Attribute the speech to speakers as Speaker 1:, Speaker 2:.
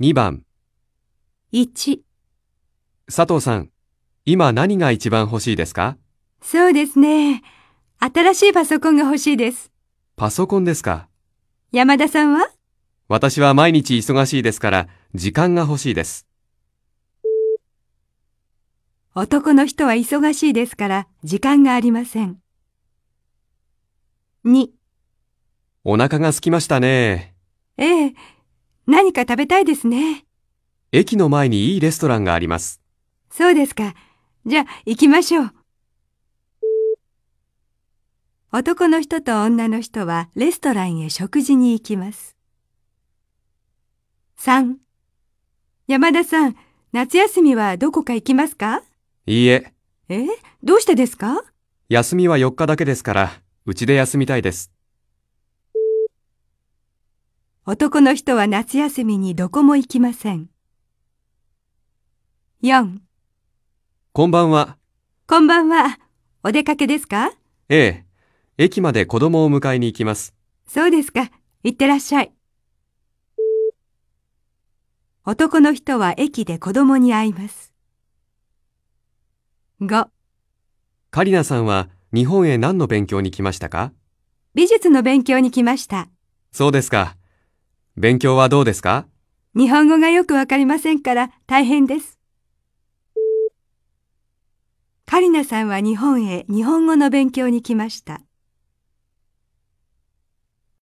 Speaker 1: 2番、
Speaker 2: 1、
Speaker 1: 佐藤さん、今何が一番欲しいですか
Speaker 2: そうですね。新しいパソコンが欲しいです。
Speaker 1: パソコンですか
Speaker 2: 山田さんは
Speaker 1: 私は毎日忙しいですから、時間が欲しいです。
Speaker 2: 男の人は忙しいですから時間がありません。2、
Speaker 1: お腹が空きましたね。
Speaker 2: ええ、何か食べたいですね。
Speaker 1: 駅の前にいいレストランがあります。
Speaker 2: そうですか。じゃあ行きましょう。男の人と女の人はレストランへ食事に行きます。3山田さん、夏休みはどこか行きますか
Speaker 1: いいえ、
Speaker 2: えどうしてですか
Speaker 1: 休みは4日だけですから、うちで休みたいです。
Speaker 2: 男の人は夏休みにどこも行きません。4
Speaker 1: こんばんは。
Speaker 2: こんばんは。お出かけですか
Speaker 1: ええ、駅まで子供を迎えに行きます。
Speaker 2: そうですか。いってらっしゃい。男の人は駅で子供に会います。5.
Speaker 1: カリナさんは日本へ何の勉強に来ましたか
Speaker 2: 美術の勉強に来ました。
Speaker 1: そうですか。勉強はどうですか
Speaker 2: 日本語がよくわかりませんから大変です。カリナさんは日本へ日本語の勉強に来ました。